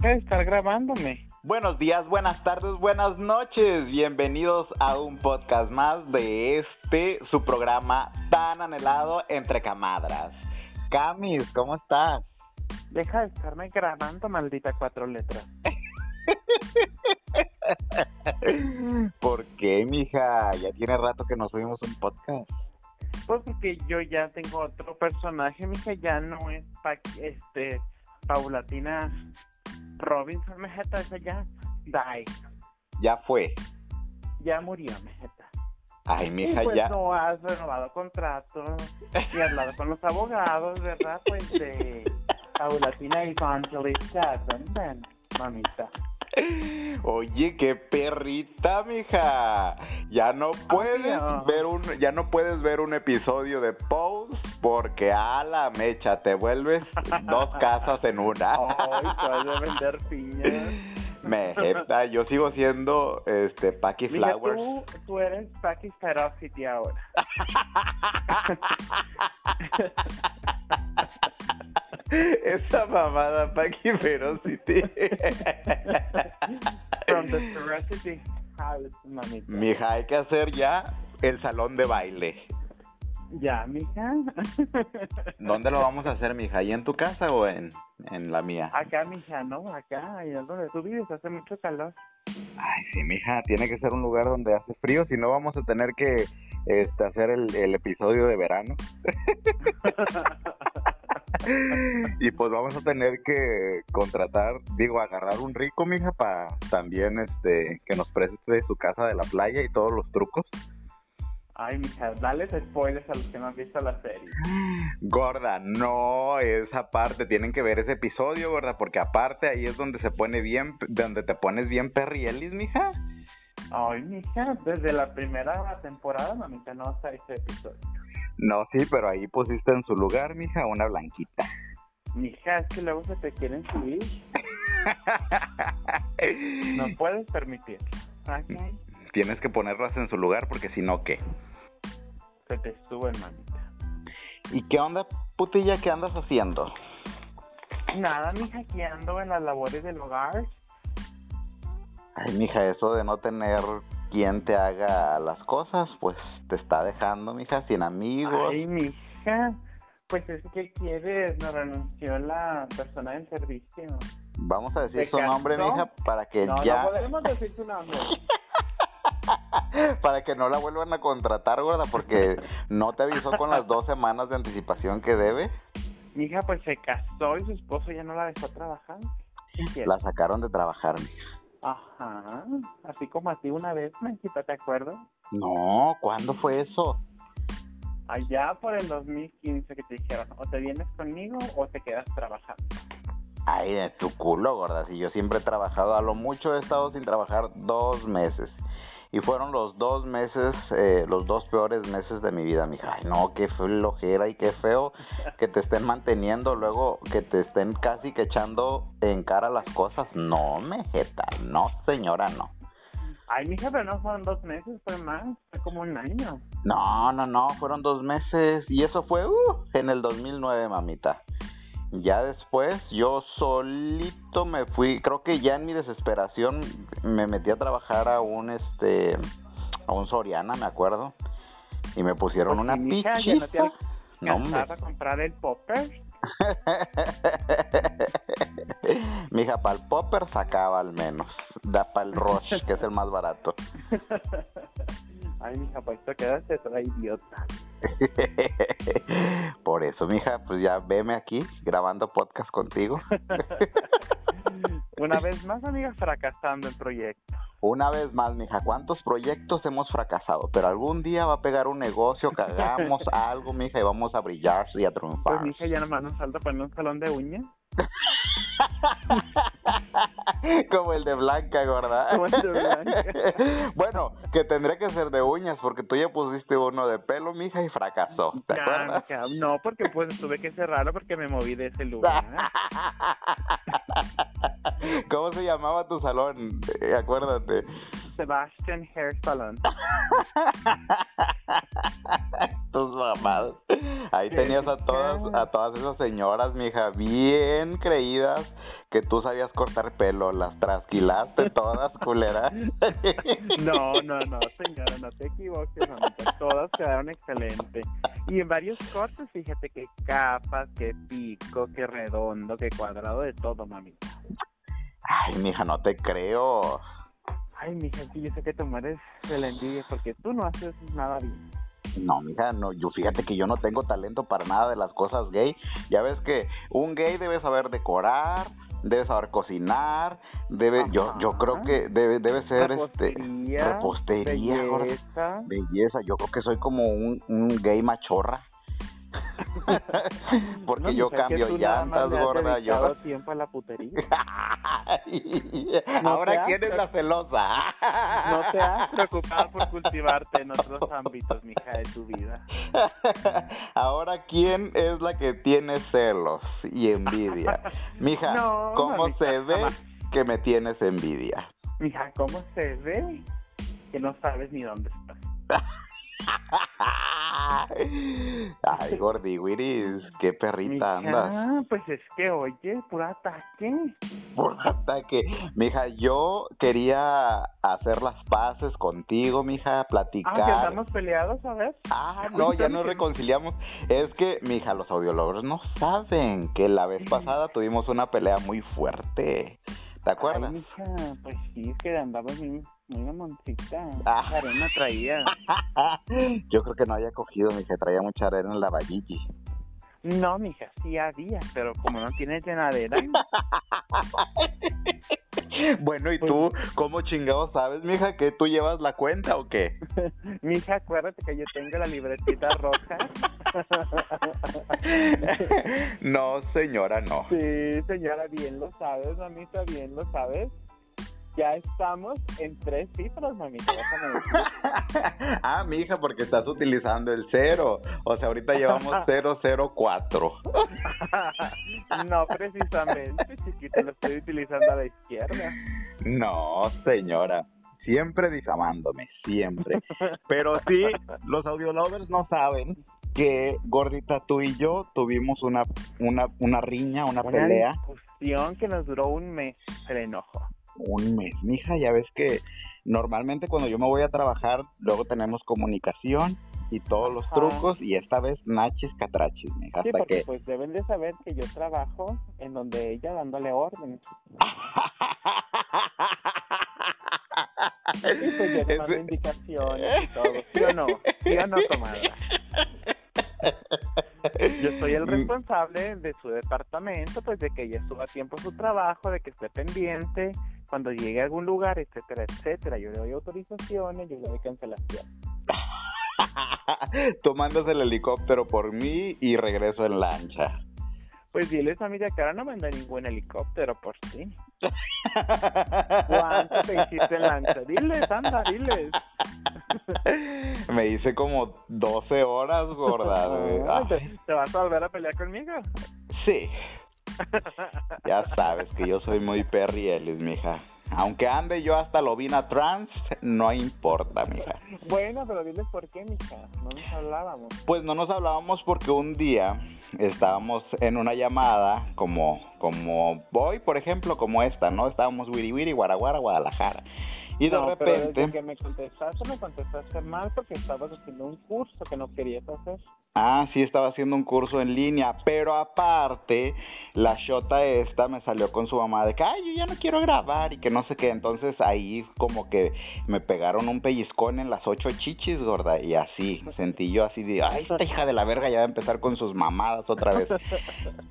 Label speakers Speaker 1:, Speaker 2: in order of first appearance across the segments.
Speaker 1: puede estar grabándome.
Speaker 2: Buenos días, buenas tardes, buenas noches. Bienvenidos a un podcast más de este, su programa tan anhelado entre camadras. Camis, ¿cómo estás?
Speaker 1: Deja de estarme grabando, maldita cuatro letras.
Speaker 2: ¿Por qué, mija? Ya tiene rato que nos subimos un podcast.
Speaker 1: Pues porque yo ya tengo otro personaje, mija, ya no es pa- este Paulatina Robinson, mejeta, esa ya die,
Speaker 2: Ya fue.
Speaker 1: ya murió, mejeta.
Speaker 2: Ay, mija,
Speaker 1: y pues
Speaker 2: ya.
Speaker 1: no has renovado contrato y hablado con los abogados, ¿verdad? Pues de Paulatina Evangelista, ven, mamita.
Speaker 2: Oye, qué perrita, mija. Ya no puedes
Speaker 1: no.
Speaker 2: ver un, ya no puedes ver un episodio de Pose porque a la mecha te vuelves dos casas en una.
Speaker 1: Ay, te vas a vender piñas.
Speaker 2: Me jeta, yo sigo siendo este Paki
Speaker 1: Mija,
Speaker 2: Flowers.
Speaker 1: tú, tú eres Paki Ferocity ahora.
Speaker 2: Esa mamada Paki Ferocity.
Speaker 1: From the Ferocity House, mamita.
Speaker 2: Mija, hay que hacer ya el salón de baile.
Speaker 1: Ya, mija.
Speaker 2: ¿Dónde lo vamos a hacer, mija? ¿Ahí en tu casa o en, en la mía?
Speaker 1: Acá, mija, no, acá, allá donde tú vives, hace mucho calor.
Speaker 2: Ay, sí, mija, tiene que ser un lugar donde hace frío, si no vamos a tener que este, hacer el, el episodio de verano. y pues vamos a tener que contratar, digo, agarrar un rico, mija, para también este que nos preste su casa de la playa y todos los trucos.
Speaker 1: Ay, mija, dales spoilers a los que no han visto la serie.
Speaker 2: Gorda, no, esa parte, tienen que ver ese episodio, gorda, porque aparte ahí es donde se pone bien, donde te pones bien perrielis, mija.
Speaker 1: Ay, mija, desde la primera temporada, mamita, no hasta este episodio.
Speaker 2: No, sí, pero ahí pusiste en su lugar, mija, una blanquita.
Speaker 1: Mija, es que luego se te quieren subir. No puedes permitir. Ok.
Speaker 2: Tienes que ponerlas en su lugar porque si no, ¿qué?
Speaker 1: Se te suben, mamita.
Speaker 2: ¿Y qué onda, putilla, qué andas haciendo?
Speaker 1: Nada, mija, aquí ando en las labores del hogar.
Speaker 2: Ay, mija, eso de no tener quien te haga las cosas, pues te está dejando, mija, sin amigos.
Speaker 1: Ay, mija, pues es que quieres, nos renunció la persona del servicio.
Speaker 2: Vamos a decir
Speaker 1: ¿Te
Speaker 2: su nombre,
Speaker 1: cansó?
Speaker 2: mija, para que
Speaker 1: No,
Speaker 2: Pues ya,
Speaker 1: no podemos decir su nombre.
Speaker 2: para que no la vuelvan a contratar, gorda, porque no te avisó con las dos semanas de anticipación que debe.
Speaker 1: Mija, pues se casó y su esposo ya no la dejó trabajar. ¿Qué quieres?
Speaker 2: La sacaron de trabajar, mija.
Speaker 1: Ajá, así como a ti una vez, Manquita, ¿te acuerdas?
Speaker 2: No, ¿cuándo fue eso?
Speaker 1: Allá por el 2015 que te dijeron, o te vienes conmigo o te quedas trabajando.
Speaker 2: Ay, de tu culo, gorda. Si yo siempre he trabajado, a lo mucho he estado sin trabajar dos meses. Y fueron los dos meses, eh, los dos peores meses de mi vida, mija. Ay, no, qué flojera y qué feo que te estén manteniendo, luego que te estén casi que echando en cara las cosas. No, mejeta, no, señora, no.
Speaker 1: Ay, mija, pero no fueron dos meses, fue más, fue como un año.
Speaker 2: No, no, no, fueron dos meses y eso fue uh, en el 2009, mamita. Ya después yo solito me fui, creo que ya en mi desesperación me metí a trabajar a un este a un Soriana, me acuerdo. Y me pusieron
Speaker 1: Pues,
Speaker 2: una
Speaker 1: mi hija, ya no te
Speaker 2: pichiza. No, hombre.
Speaker 1: ¿Cansada a comprar el popper?
Speaker 2: Mija, para el popper sacaba al menos. Da para el Rush, que es el más barato.
Speaker 1: Ay, mija, pues te quedaste toda idiota.
Speaker 2: Por eso, mija, pues ya veme aquí grabando podcast contigo.
Speaker 1: Una vez más, amiga, fracasando el proyecto.
Speaker 2: Una vez más, mija, ¿cuántos proyectos hemos fracasado? Pero algún día va a pegar un negocio, cagamos algo, mija, y vamos a brillar y a
Speaker 1: Pues,
Speaker 2: triunfar.
Speaker 1: mija, ya nomás nos falta poner un salón de uñas.
Speaker 2: Como el de Blanca, gorda.
Speaker 1: Como este el de Blanca.
Speaker 2: bueno, que tendría que ser de uñas, porque tú ya pusiste uno de pelo, mija, y fracasó. ¿Te
Speaker 1: Ya,
Speaker 2: acuerdas?
Speaker 1: mija, no, porque pues tuve que cerrarlo porque me moví de ese lugar.
Speaker 2: ¿Cómo se llamaba tu salón? Eh, Acuérdate.
Speaker 1: Sebastian Hair Salon.
Speaker 2: Tus mamadas. Ahí tenías a todas, a todas esas señoras, mija, bien creídas que tú sabías cortar pelo. Las trasquilaste todas, culera.
Speaker 1: No, no, no, señora, no te equivoques, mamita. Todas quedaron excelentes. Y en varios cortes, fíjate que capas, que pico, que redondo, que cuadrado, de todo, mamita.
Speaker 2: Ay, mija, no te creo.
Speaker 1: Ay, mija, sí, yo sé que te mueres de la envidia porque tú no haces nada bien.
Speaker 2: No, mija, no, yo fíjate que yo no tengo talento para nada de las cosas gay. Ya ves que un gay debe saber decorar, debe saber cocinar, debe, yo, yo creo que debe, debe ser este
Speaker 1: Repostería,
Speaker 2: repostería, gorda.
Speaker 1: Belleza.
Speaker 2: belleza. Yo creo que soy como un, un gay machorra. Porque
Speaker 1: No,
Speaker 2: yo
Speaker 1: mija, es que
Speaker 2: cambio
Speaker 1: tú nada más
Speaker 2: llantas,
Speaker 1: le has
Speaker 2: gorda, yo.
Speaker 1: dedicado tiempo a la putería.
Speaker 2: Ay,
Speaker 1: No te
Speaker 2: Ahora
Speaker 1: hagas.
Speaker 2: quién es la celosa.
Speaker 1: No te has preocupado por cultivarte en otros ámbitos, mija, de tu vida.
Speaker 2: Ahora, ¿quién es la que tiene celos y envidia? Mija,
Speaker 1: No,
Speaker 2: ¿cómo
Speaker 1: mamita,
Speaker 2: se ve
Speaker 1: jamás.
Speaker 2: que me tienes envidia?
Speaker 1: Mija, ¿cómo se ve? Que no sabes ni dónde estás.
Speaker 2: Ay, gordiwiris, qué perrita andas.
Speaker 1: Mija, pues es que, oye, puro ataque.
Speaker 2: Por ataque. Mija, yo quería hacer las paces contigo, mija,
Speaker 1: Ah,
Speaker 2: platicar.
Speaker 1: que estamos peleados, a ver.
Speaker 2: Ah, no, ya nos reconciliamos. Es que, mija, los audiólogos no saben que la vez pasada tuvimos una pelea muy fuerte. ¿Te
Speaker 1: Ay,
Speaker 2: acuerdas?
Speaker 1: mija, pues sí, es que andamos muy, muy mamoncita.
Speaker 2: Ah.
Speaker 1: La arena traía.
Speaker 2: Yo creo que no había cogido, mija, traía mucha arena en la vallilla.
Speaker 1: No, mija, sí había, pero como no tienes llenadera,
Speaker 2: Bueno,
Speaker 1: Pues
Speaker 2: ¿y tú cómo chingados sabes, mija, que tú llevas la cuenta o qué?
Speaker 1: mija, acuérdate que yo tengo la libretita roja.
Speaker 2: no, señora, no.
Speaker 1: Sí, señora, bien lo sabes, mamita, bien lo sabes. Ya estamos en tres cifras, mamita, déjame decir.
Speaker 2: ah, mija, porque estás utilizando el cero. O sea, ahorita llevamos 004.
Speaker 1: No, precisamente, chiquito, lo estoy utilizando a la izquierda.
Speaker 2: No, señora. Siempre difamándome, siempre. Pero sí, los audiolovers no saben que, gordita, tú y yo tuvimos una, una, una riña, una,
Speaker 1: Una
Speaker 2: pelea.
Speaker 1: discusión que nos duró un mes el enojo.
Speaker 2: Un mes, mija, ya ves que normalmente cuando yo me voy a trabajar, luego tenemos comunicación y todos los
Speaker 1: Ajá.
Speaker 2: trucos, y esta vez naches catraches, mija,
Speaker 1: Sí,
Speaker 2: hasta
Speaker 1: porque
Speaker 2: que...
Speaker 1: pues deben de saber que yo trabajo en donde ella dándole órdenes. Y pues yo le mando
Speaker 2: Ese-
Speaker 1: indicaciones y todo. ¿Sí o no? ¿Sí o no, comadre? Yo soy
Speaker 2: Mm.
Speaker 1: el responsable de su departamento, pues de que ella suba a tiempo a su trabajo, de que esté pendiente cuando llegue a algún lugar, etcétera, etcétera. Yo le doy autorizaciones, yo le doy cancelación.
Speaker 2: Tú mandas el helicóptero por mí y regreso en lancha.
Speaker 1: Pues dile familia que ahora no manda ningún helicóptero por ti. ¿Cuánto te hiciste en lancha? Diles, anda, diles.
Speaker 2: Me hice como 12 horas, gorda. güey.
Speaker 1: Ay,
Speaker 2: Ay,
Speaker 1: Ah, ¿Te, te vas a volver a pelear conmigo?
Speaker 2: ah, sí. Ya sabes que yo soy muy Perry Ellis, mija. Aunque ande yo hasta Lobina Trans, no importa, mija.
Speaker 1: Bueno, pero diles por qué, mija. No nos hablábamos.
Speaker 2: Pues no nos hablábamos porque un día estábamos en una llamada como, como hoy, por ejemplo, como esta, ¿no? Estábamos wiri wiri, guaraguara, Guadalajara. Y de
Speaker 1: no,
Speaker 2: repente...
Speaker 1: Pero desde que me contestaste, me contestaste mal porque estabas haciendo un curso que no querías hacer.
Speaker 2: Ah, sí, estaba haciendo un curso en línea, pero aparte, la shota esta me salió con su mamá de que, ay, yo ya no quiero grabar y que no sé qué. Entonces ahí como que me pegaron un pellizcón en las ocho chichis, gorda, y así, sentí yo así de, ay, esta hija de la verga ya va a empezar con sus mamadas otra vez.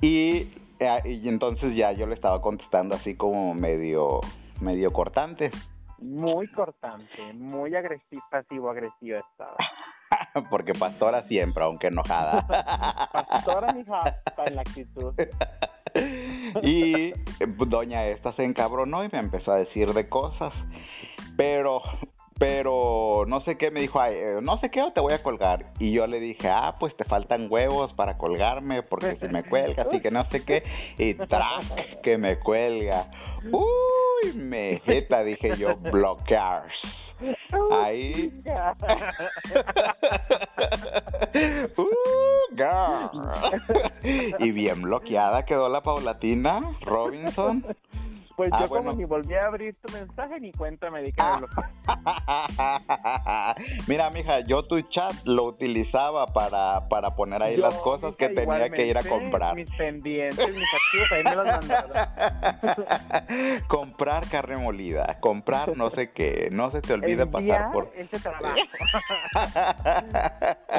Speaker 2: Y, eh, y entonces ya yo le estaba contestando así como medio, medio cortante.
Speaker 1: Muy cortante, muy agresivo, pasivo-agresiva estaba.
Speaker 2: Porque pastora siempre, aunque enojada.
Speaker 1: Pastora, mija, hasta en la actitud.
Speaker 2: Y eh, doña esta se encabronó y me empezó a decir de cosas. Pero, pero no sé qué me dijo, "Ay, eh, no sé qué o te voy a colgar. Y yo le dije, ah, pues te faltan huevos para colgarme porque si me cuelgas y que no sé qué. Y trac, que me cuelga. Uy, Uy, mejeta, dije yo, bloquears. Ahí. Uh, girl. Y bien bloqueada quedó la Paulatina Robinson.
Speaker 1: Pues
Speaker 2: Ah,
Speaker 1: yo
Speaker 2: bueno. Ah,
Speaker 1: como ni volví a abrir tu mensaje ni cuenta me di que me bloqueaste.
Speaker 2: Mira, mija, yo tu chat lo utilizaba para, para poner ahí
Speaker 1: Yo,
Speaker 2: las cosas que
Speaker 1: mija,
Speaker 2: tenía que ir a
Speaker 1: igualmente,
Speaker 2: comprar.
Speaker 1: Mis pendientes, mis activos, ahí me los mandaron.
Speaker 2: comprar carne molida, comprar no sé qué, no se te olvide pasar
Speaker 1: Enviar
Speaker 2: por...
Speaker 1: ese trabajo.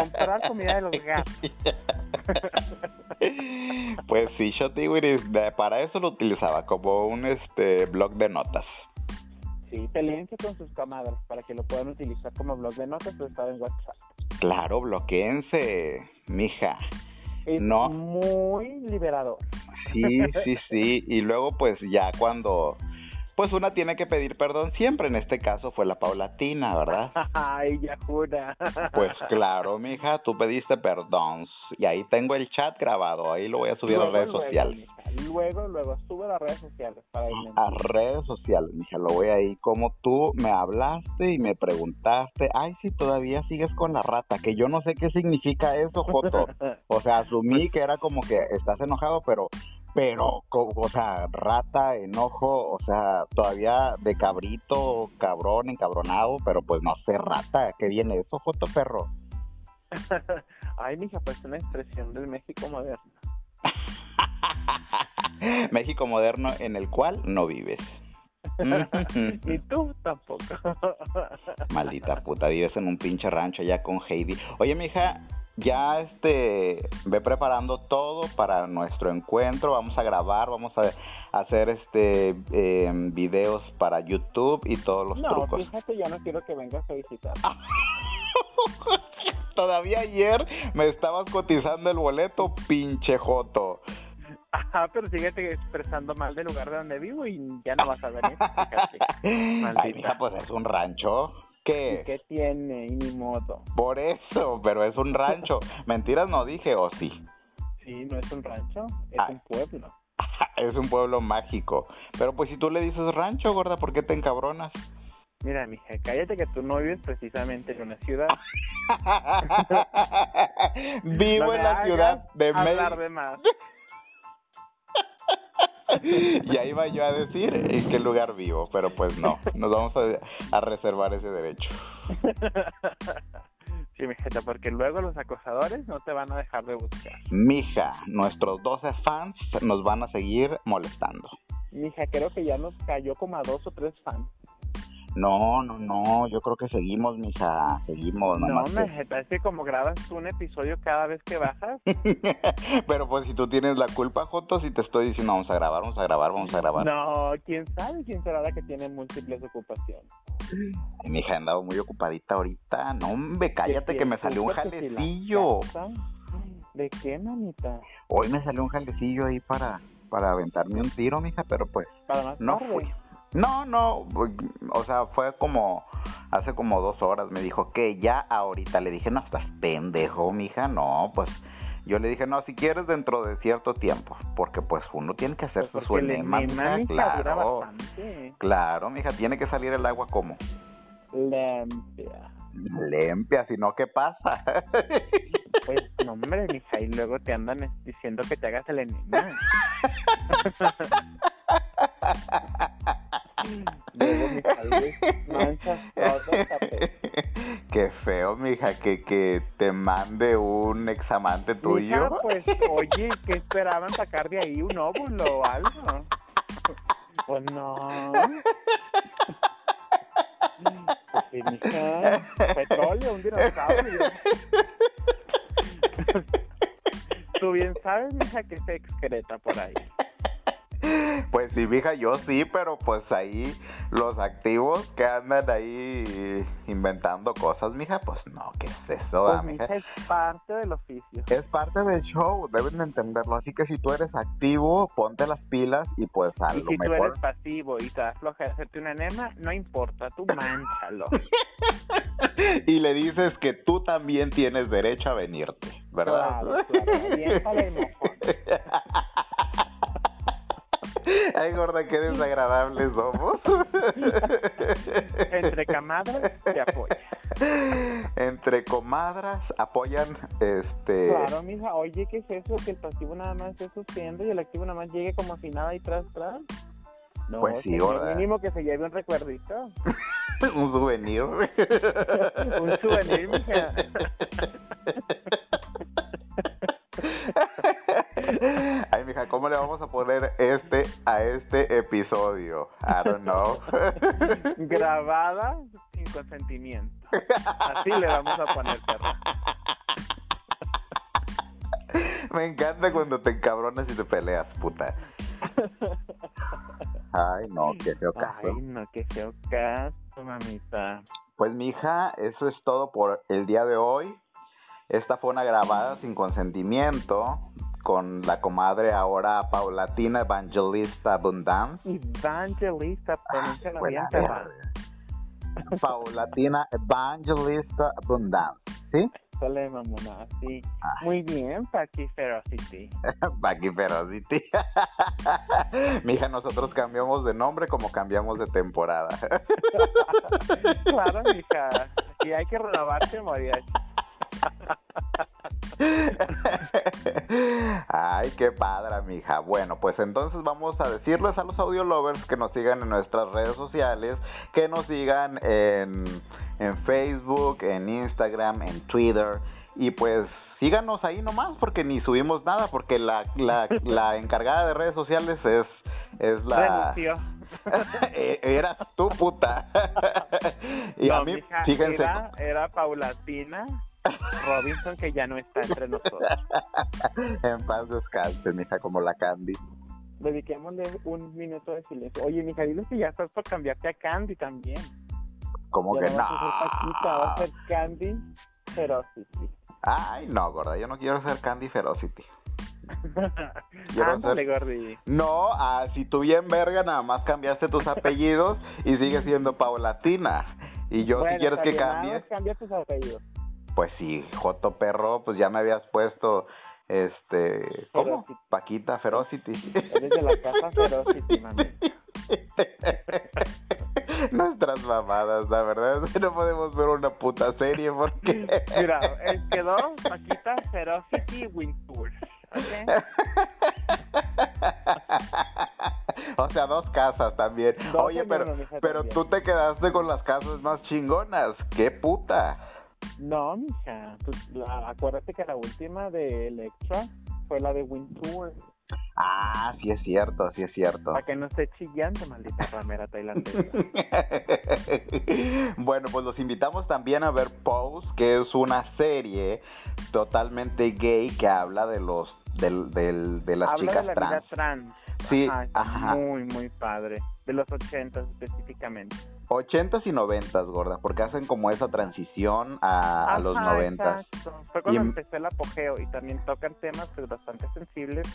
Speaker 1: Comprar comida de los gatos.
Speaker 2: Pues sí, Shotiwiris, de- para eso lo utilizaba, como un este blog de notas.
Speaker 1: Sí, peleense con sus camadas para que lo puedan utilizar como blog de notas o estar en WhatsApp.
Speaker 2: Claro, bloqueense, mija.
Speaker 1: Es
Speaker 2: No.
Speaker 1: muy liberador.
Speaker 2: Sí, sí, sí. Y luego, pues ya cuando. Pues una tiene que pedir perdón siempre. En este caso fue la Paulatina, ¿verdad?
Speaker 1: Ay, ya jura.
Speaker 2: Pues claro, mija, tú pediste perdón. Y ahí tengo el chat grabado. Ahí lo voy a subir a redes
Speaker 1: luego,
Speaker 2: sociales. Ah.
Speaker 1: mija, Luego, luego, sube a las redes sociales para irme.
Speaker 2: A redes sociales, mija, lo voy ahí. Como tú me hablaste y me preguntaste, ay, si todavía sigues con la rata, que yo no sé qué significa eso, Joto. O sea, asumí que era como que estás enojado, pero, pero, co- o sea, rata, enojo, o sea, todavía de cabrito, cabrón, encabronado, pero pues no sé, rata, ¿qué viene eso, Joto Perro?
Speaker 1: Ay, mija, pues una expresión del México moderno.
Speaker 2: México moderno en el cual no vives. Mm,
Speaker 1: Y tú tampoco.
Speaker 2: Maldita puta, vives en un pinche rancho ya con Heidi. Oye, mija, ya este, ve preparando todo para nuestro encuentro. Vamos a grabar, vamos a hacer este eh, videos para YouTube y todos los
Speaker 1: no,
Speaker 2: trucos. Ah.
Speaker 1: fíjate, ya no quiero que vengas a visitar.
Speaker 2: Todavía ayer me estabas cotizando el boleto, pinche joto.
Speaker 1: Ajá, pero síguete expresando mal del lugar de donde vivo y ya no vas a venir. Fíjate.
Speaker 2: Ay,
Speaker 1: Maldita.
Speaker 2: mija, pues es un rancho.
Speaker 1: ¿Y
Speaker 2: ¿Qué?
Speaker 1: qué tiene? Y ni modo.
Speaker 2: Por eso, pero es un rancho. Mentiras no dije, o sí.
Speaker 1: Sí, no es un rancho, es
Speaker 2: Ay.
Speaker 1: un pueblo.
Speaker 2: Ah, Es un pueblo mágico. Pero pues si tú le dices rancho, gorda, ¿por qué te encabronas?
Speaker 1: Mira, mija, cállate que tú no vives precisamente en una ciudad.
Speaker 2: Ah, Vivo
Speaker 1: No me
Speaker 2: en la
Speaker 1: hagas
Speaker 2: ciudad de
Speaker 1: Hablar
Speaker 2: México.
Speaker 1: de más.
Speaker 2: Y ahí iba yo a decir en qué lugar vivo, pero pues no. Nos vamos a, a reservar ese derecho.
Speaker 1: Sí, mijita, porque luego los acosadores no te van a dejar de buscar.
Speaker 2: Mija, nuestros 12 fans nos van a seguir molestando.
Speaker 1: Mija, creo que ya nos cayó como a dos o tres fans.
Speaker 2: No, no, no, yo creo que seguimos, mija, seguimos.
Speaker 1: No,
Speaker 2: nomás que- Ah,
Speaker 1: mijita, es que como grabas un episodio cada vez que bajas,
Speaker 2: Pero pues si tú tienes la culpa, Joto, si te estoy diciendo vamos a grabar, vamos a grabar, vamos a grabar.
Speaker 1: no, quién sabe quién será la que tiene múltiples ocupaciones.
Speaker 2: Y Mi hija andaba muy ocupadita ahorita. No, hombre, cállate
Speaker 1: ¿De
Speaker 2: que
Speaker 1: quién?
Speaker 2: me salió un
Speaker 1: Fíjate si la
Speaker 2: jalecillo.
Speaker 1: casa- ¿De qué, manita?
Speaker 2: Hoy me salió un jalecillo ahí para, para aventarme un tiro, mija, pero pues
Speaker 1: Para más
Speaker 2: no
Speaker 1: tarde.
Speaker 2: fui. No, no, o sea, fue como hace como dos horas me dijo que ya ahorita le dije, no, estás pendejo, mija, no, pues yo le dije, no, si quieres dentro de cierto tiempo, porque pues uno tiene que
Speaker 1: Pues
Speaker 2: hacerse
Speaker 1: porque
Speaker 2: su
Speaker 1: el
Speaker 2: enema,
Speaker 1: enema,
Speaker 2: mija,
Speaker 1: mija, dura
Speaker 2: claro,
Speaker 1: bastante.
Speaker 2: claro, mija, tiene que salir el agua como
Speaker 1: Limpia.
Speaker 2: limpia, si no, ¿qué pasa?
Speaker 1: Pues, no, hombre, mija, y luego te andan diciendo que te hagas el enema. luego, mija, y manchas todo el papel.
Speaker 2: Qué feo, mija, que, que te mande un examante
Speaker 1: Mija,
Speaker 2: tuyo.
Speaker 1: pues, oye, ¿qué esperaban sacar de ahí? ¿Un óvulo o algo? Pues no. Pues sí, mija, petróleo, un dinosaurio. Tú bien sabes, mija, que se excreta por ahí.
Speaker 2: Pues sí, mija, yo sí, pero pues ahí los activos que andan ahí inventando cosas, mija, pues no, ¿qué es eso, ah,
Speaker 1: Pues,
Speaker 2: mija?
Speaker 1: mija, es parte del oficio.
Speaker 2: Es parte del show, deben de entenderlo. Así que si tú eres activo, ponte las pilas y pues a
Speaker 1: Y
Speaker 2: lo
Speaker 1: si tú
Speaker 2: mejor
Speaker 1: eres pasivo y te das flojera hacerte un enema, no importa, tú manchalo.
Speaker 2: y le dices que tú también tienes derecho a venirte, ¿verdad?
Speaker 1: Claro, claro, aviéntale el mojón.
Speaker 2: Ay, gorda, qué desagradables somos.
Speaker 1: Entre camadas te apoya.
Speaker 2: Entre comadras apoyan este.
Speaker 1: Claro, mija, oye, ¿qué es eso? Que el pasivo nada más esté sufriendo y el activo nada más llegue como si nada y tras, tras. No,
Speaker 2: Pues sí,
Speaker 1: señor,
Speaker 2: gorda.
Speaker 1: mínimo que se lleve un recuerdito.
Speaker 2: Un souvenir.
Speaker 1: Un souvenir, mija.
Speaker 2: Ay, mija, ¿cómo le vamos a poner este a este episodio? I don't know.
Speaker 1: Grabada sin consentimiento. Así le vamos a poner, perra.
Speaker 2: Me encanta cuando te encabronas y te peleas, puta. Ay, no, qué feo caso.
Speaker 1: Ay, no, que feo caso, mamita.
Speaker 2: Pues mija, eso es todo por el día de hoy. Esta fue una grabada sin consentimiento con la comadre ahora Paulatina Evangelista Abundance.
Speaker 1: Evangelista,
Speaker 2: Ah,
Speaker 1: pronúncialo bien,
Speaker 2: Buena
Speaker 1: perra.
Speaker 2: verga. Paulatina Evangelista Abundance, ¿sí?
Speaker 1: Sale, mamona, así. Muy bien, Paqui Ferocity.
Speaker 2: Paqui Ferocity. Mija, nosotros cambiamos de nombre como cambiamos de temporada.
Speaker 1: Claro, mija. Y hay que renovarse, María.
Speaker 2: Ay, qué padre, mija. Bueno, pues entonces vamos a decirles a los audio lovers que nos sigan en nuestras redes sociales, que nos sigan en, en Facebook, en Instagram, en Twitter. Y pues síganos ahí nomás, porque ni subimos nada, porque la, la- la encargada de redes sociales es, es la.
Speaker 1: Renunció.
Speaker 2: Eh, Eras tú, puta. y
Speaker 1: No,
Speaker 2: a mí,
Speaker 1: mija,
Speaker 2: fíjense.
Speaker 1: Era, era Paulatina Robinson, que ya no está entre nosotros.
Speaker 2: En paz descanse, mija, como la Candy.
Speaker 1: Dediquémosle un minuto de silencio. Oye, mija, diles que ya estás por cambiarte a Candy también.
Speaker 2: Como
Speaker 1: ya
Speaker 2: que
Speaker 1: no vas a ser Paquita,
Speaker 2: no.
Speaker 1: vas a ser Candy Ferocity.
Speaker 2: Ay, no, gorda, yo no quiero ser Candy Ferocity. Yo no
Speaker 1: Ándale,
Speaker 2: sé.
Speaker 1: gordi.
Speaker 2: No, ah, si tú bien verga, nada más cambiaste tus apellidos y sigues siendo Paulatina. Y yo, si
Speaker 1: Bueno,
Speaker 2: quieres
Speaker 1: está
Speaker 2: que
Speaker 1: bien, nada más
Speaker 2: cambie,
Speaker 1: Cambia tus apellidos.
Speaker 2: pues sí, Joto Perro, pues ya me habías puesto, este, ¿cómo?
Speaker 1: Ferocity.
Speaker 2: Paquita Ferocity.
Speaker 1: Eres de la casa Ferocity, mami.
Speaker 2: Nuestras mamadas, la verdad, no podemos ver una puta serie porque...
Speaker 1: Mira, eh, quedó Paquita Ferocity Wintour. ¿ok?
Speaker 2: o sea, dos casas también.
Speaker 1: Dos
Speaker 2: Oye,
Speaker 1: en
Speaker 2: pero,
Speaker 1: uno, mija,
Speaker 2: pero
Speaker 1: también.
Speaker 2: tú te quedaste con las casas más chingonas. ¡Qué puta!
Speaker 1: No, mija. tú- la- acuérdate que la última de Electra fue la de Wintour.
Speaker 2: Ah, sí es cierto, sí es cierto.
Speaker 1: Para que no esté chillando, maldita ramera tailandesa.
Speaker 2: bueno, pues los invitamos también a ver Pose, que es una serie totalmente gay que habla de los del, del- de las
Speaker 1: Habla
Speaker 2: chicas
Speaker 1: de la
Speaker 2: trans.
Speaker 1: vida trans.
Speaker 2: Sí,
Speaker 1: Ajá, está
Speaker 2: ajá.
Speaker 1: Muy, muy padre. De los ochentas específicamente.
Speaker 2: 80s y 90s, gorda, porque hacen como esa transición a, a Ah, los
Speaker 1: Ajá,
Speaker 2: 90s.
Speaker 1: exacto. Fue cuando
Speaker 2: Y-
Speaker 1: empezó el apogeo y también tocan temas pues, bastante sensibles,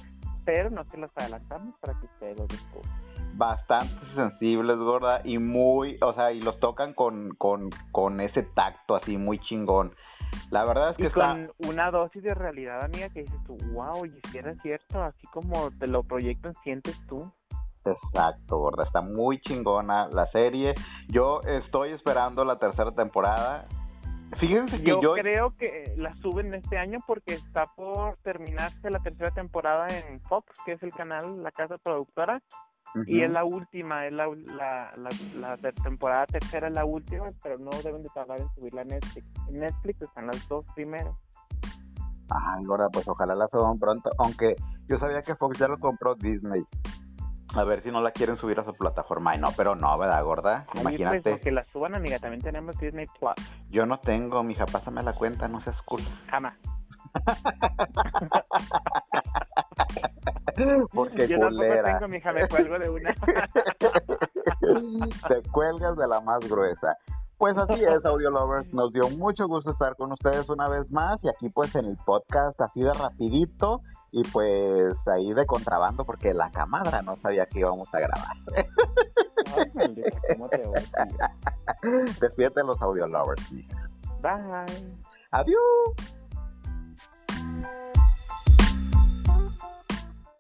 Speaker 1: pero no se los adelantamos para que ustedes lo descubran.
Speaker 2: bastante sensibles, gorda, y muy, o sea, y los tocan con, con, con ese tacto así muy chingón. La verdad es que
Speaker 1: Y
Speaker 2: está,
Speaker 1: con una dosis de realidad, amiga, que dices tú, wow, y si era cierto, así como te lo proyectan, sientes tú.
Speaker 2: exacto, gorda, está muy chingona la serie. Yo estoy esperando la tercera temporada. Fíjense que
Speaker 1: Yo,
Speaker 2: yo,
Speaker 1: creo que la suben este año porque está por terminarse la tercera temporada en Fox, que es el canal, la casa productora,
Speaker 2: Ujú.
Speaker 1: y es la última, es la, la, la, la ter- temporada tercera es la última, pero no deben de tardar en subirla a Netflix. En Netflix están las dos primeras.
Speaker 2: Ay, gorda, pues ojalá la suban pronto, aunque yo sabía que Fox ya lo compró Disney. A ver si no la quieren subir a su plataforma. Ay, no, pero no, ¿verdad, gorda?
Speaker 1: Ahí,
Speaker 2: Imagínate.
Speaker 1: Pues, que la suban, amiga, también tenemos Disney Plus.
Speaker 2: Yo no tengo, mija, pásame la cuenta, no seas cool.
Speaker 1: Jamás.
Speaker 2: Porque
Speaker 1: Yo tampoco
Speaker 2: culera.
Speaker 1: tengo, mija, me cuelgo de una.
Speaker 2: Te cuelgas de la más gruesa. Pues así es, Audio Lovers. Nos dio mucho gusto estar con ustedes una vez más y aquí pues en el podcast así de rapidito y pues ahí de contrabando porque la camadra no sabía que íbamos a grabar.
Speaker 1: Ay, maldita, ¿cómo te odio?
Speaker 2: Despídete los Audio Lovers. mija.
Speaker 1: Bye.
Speaker 2: Adiós.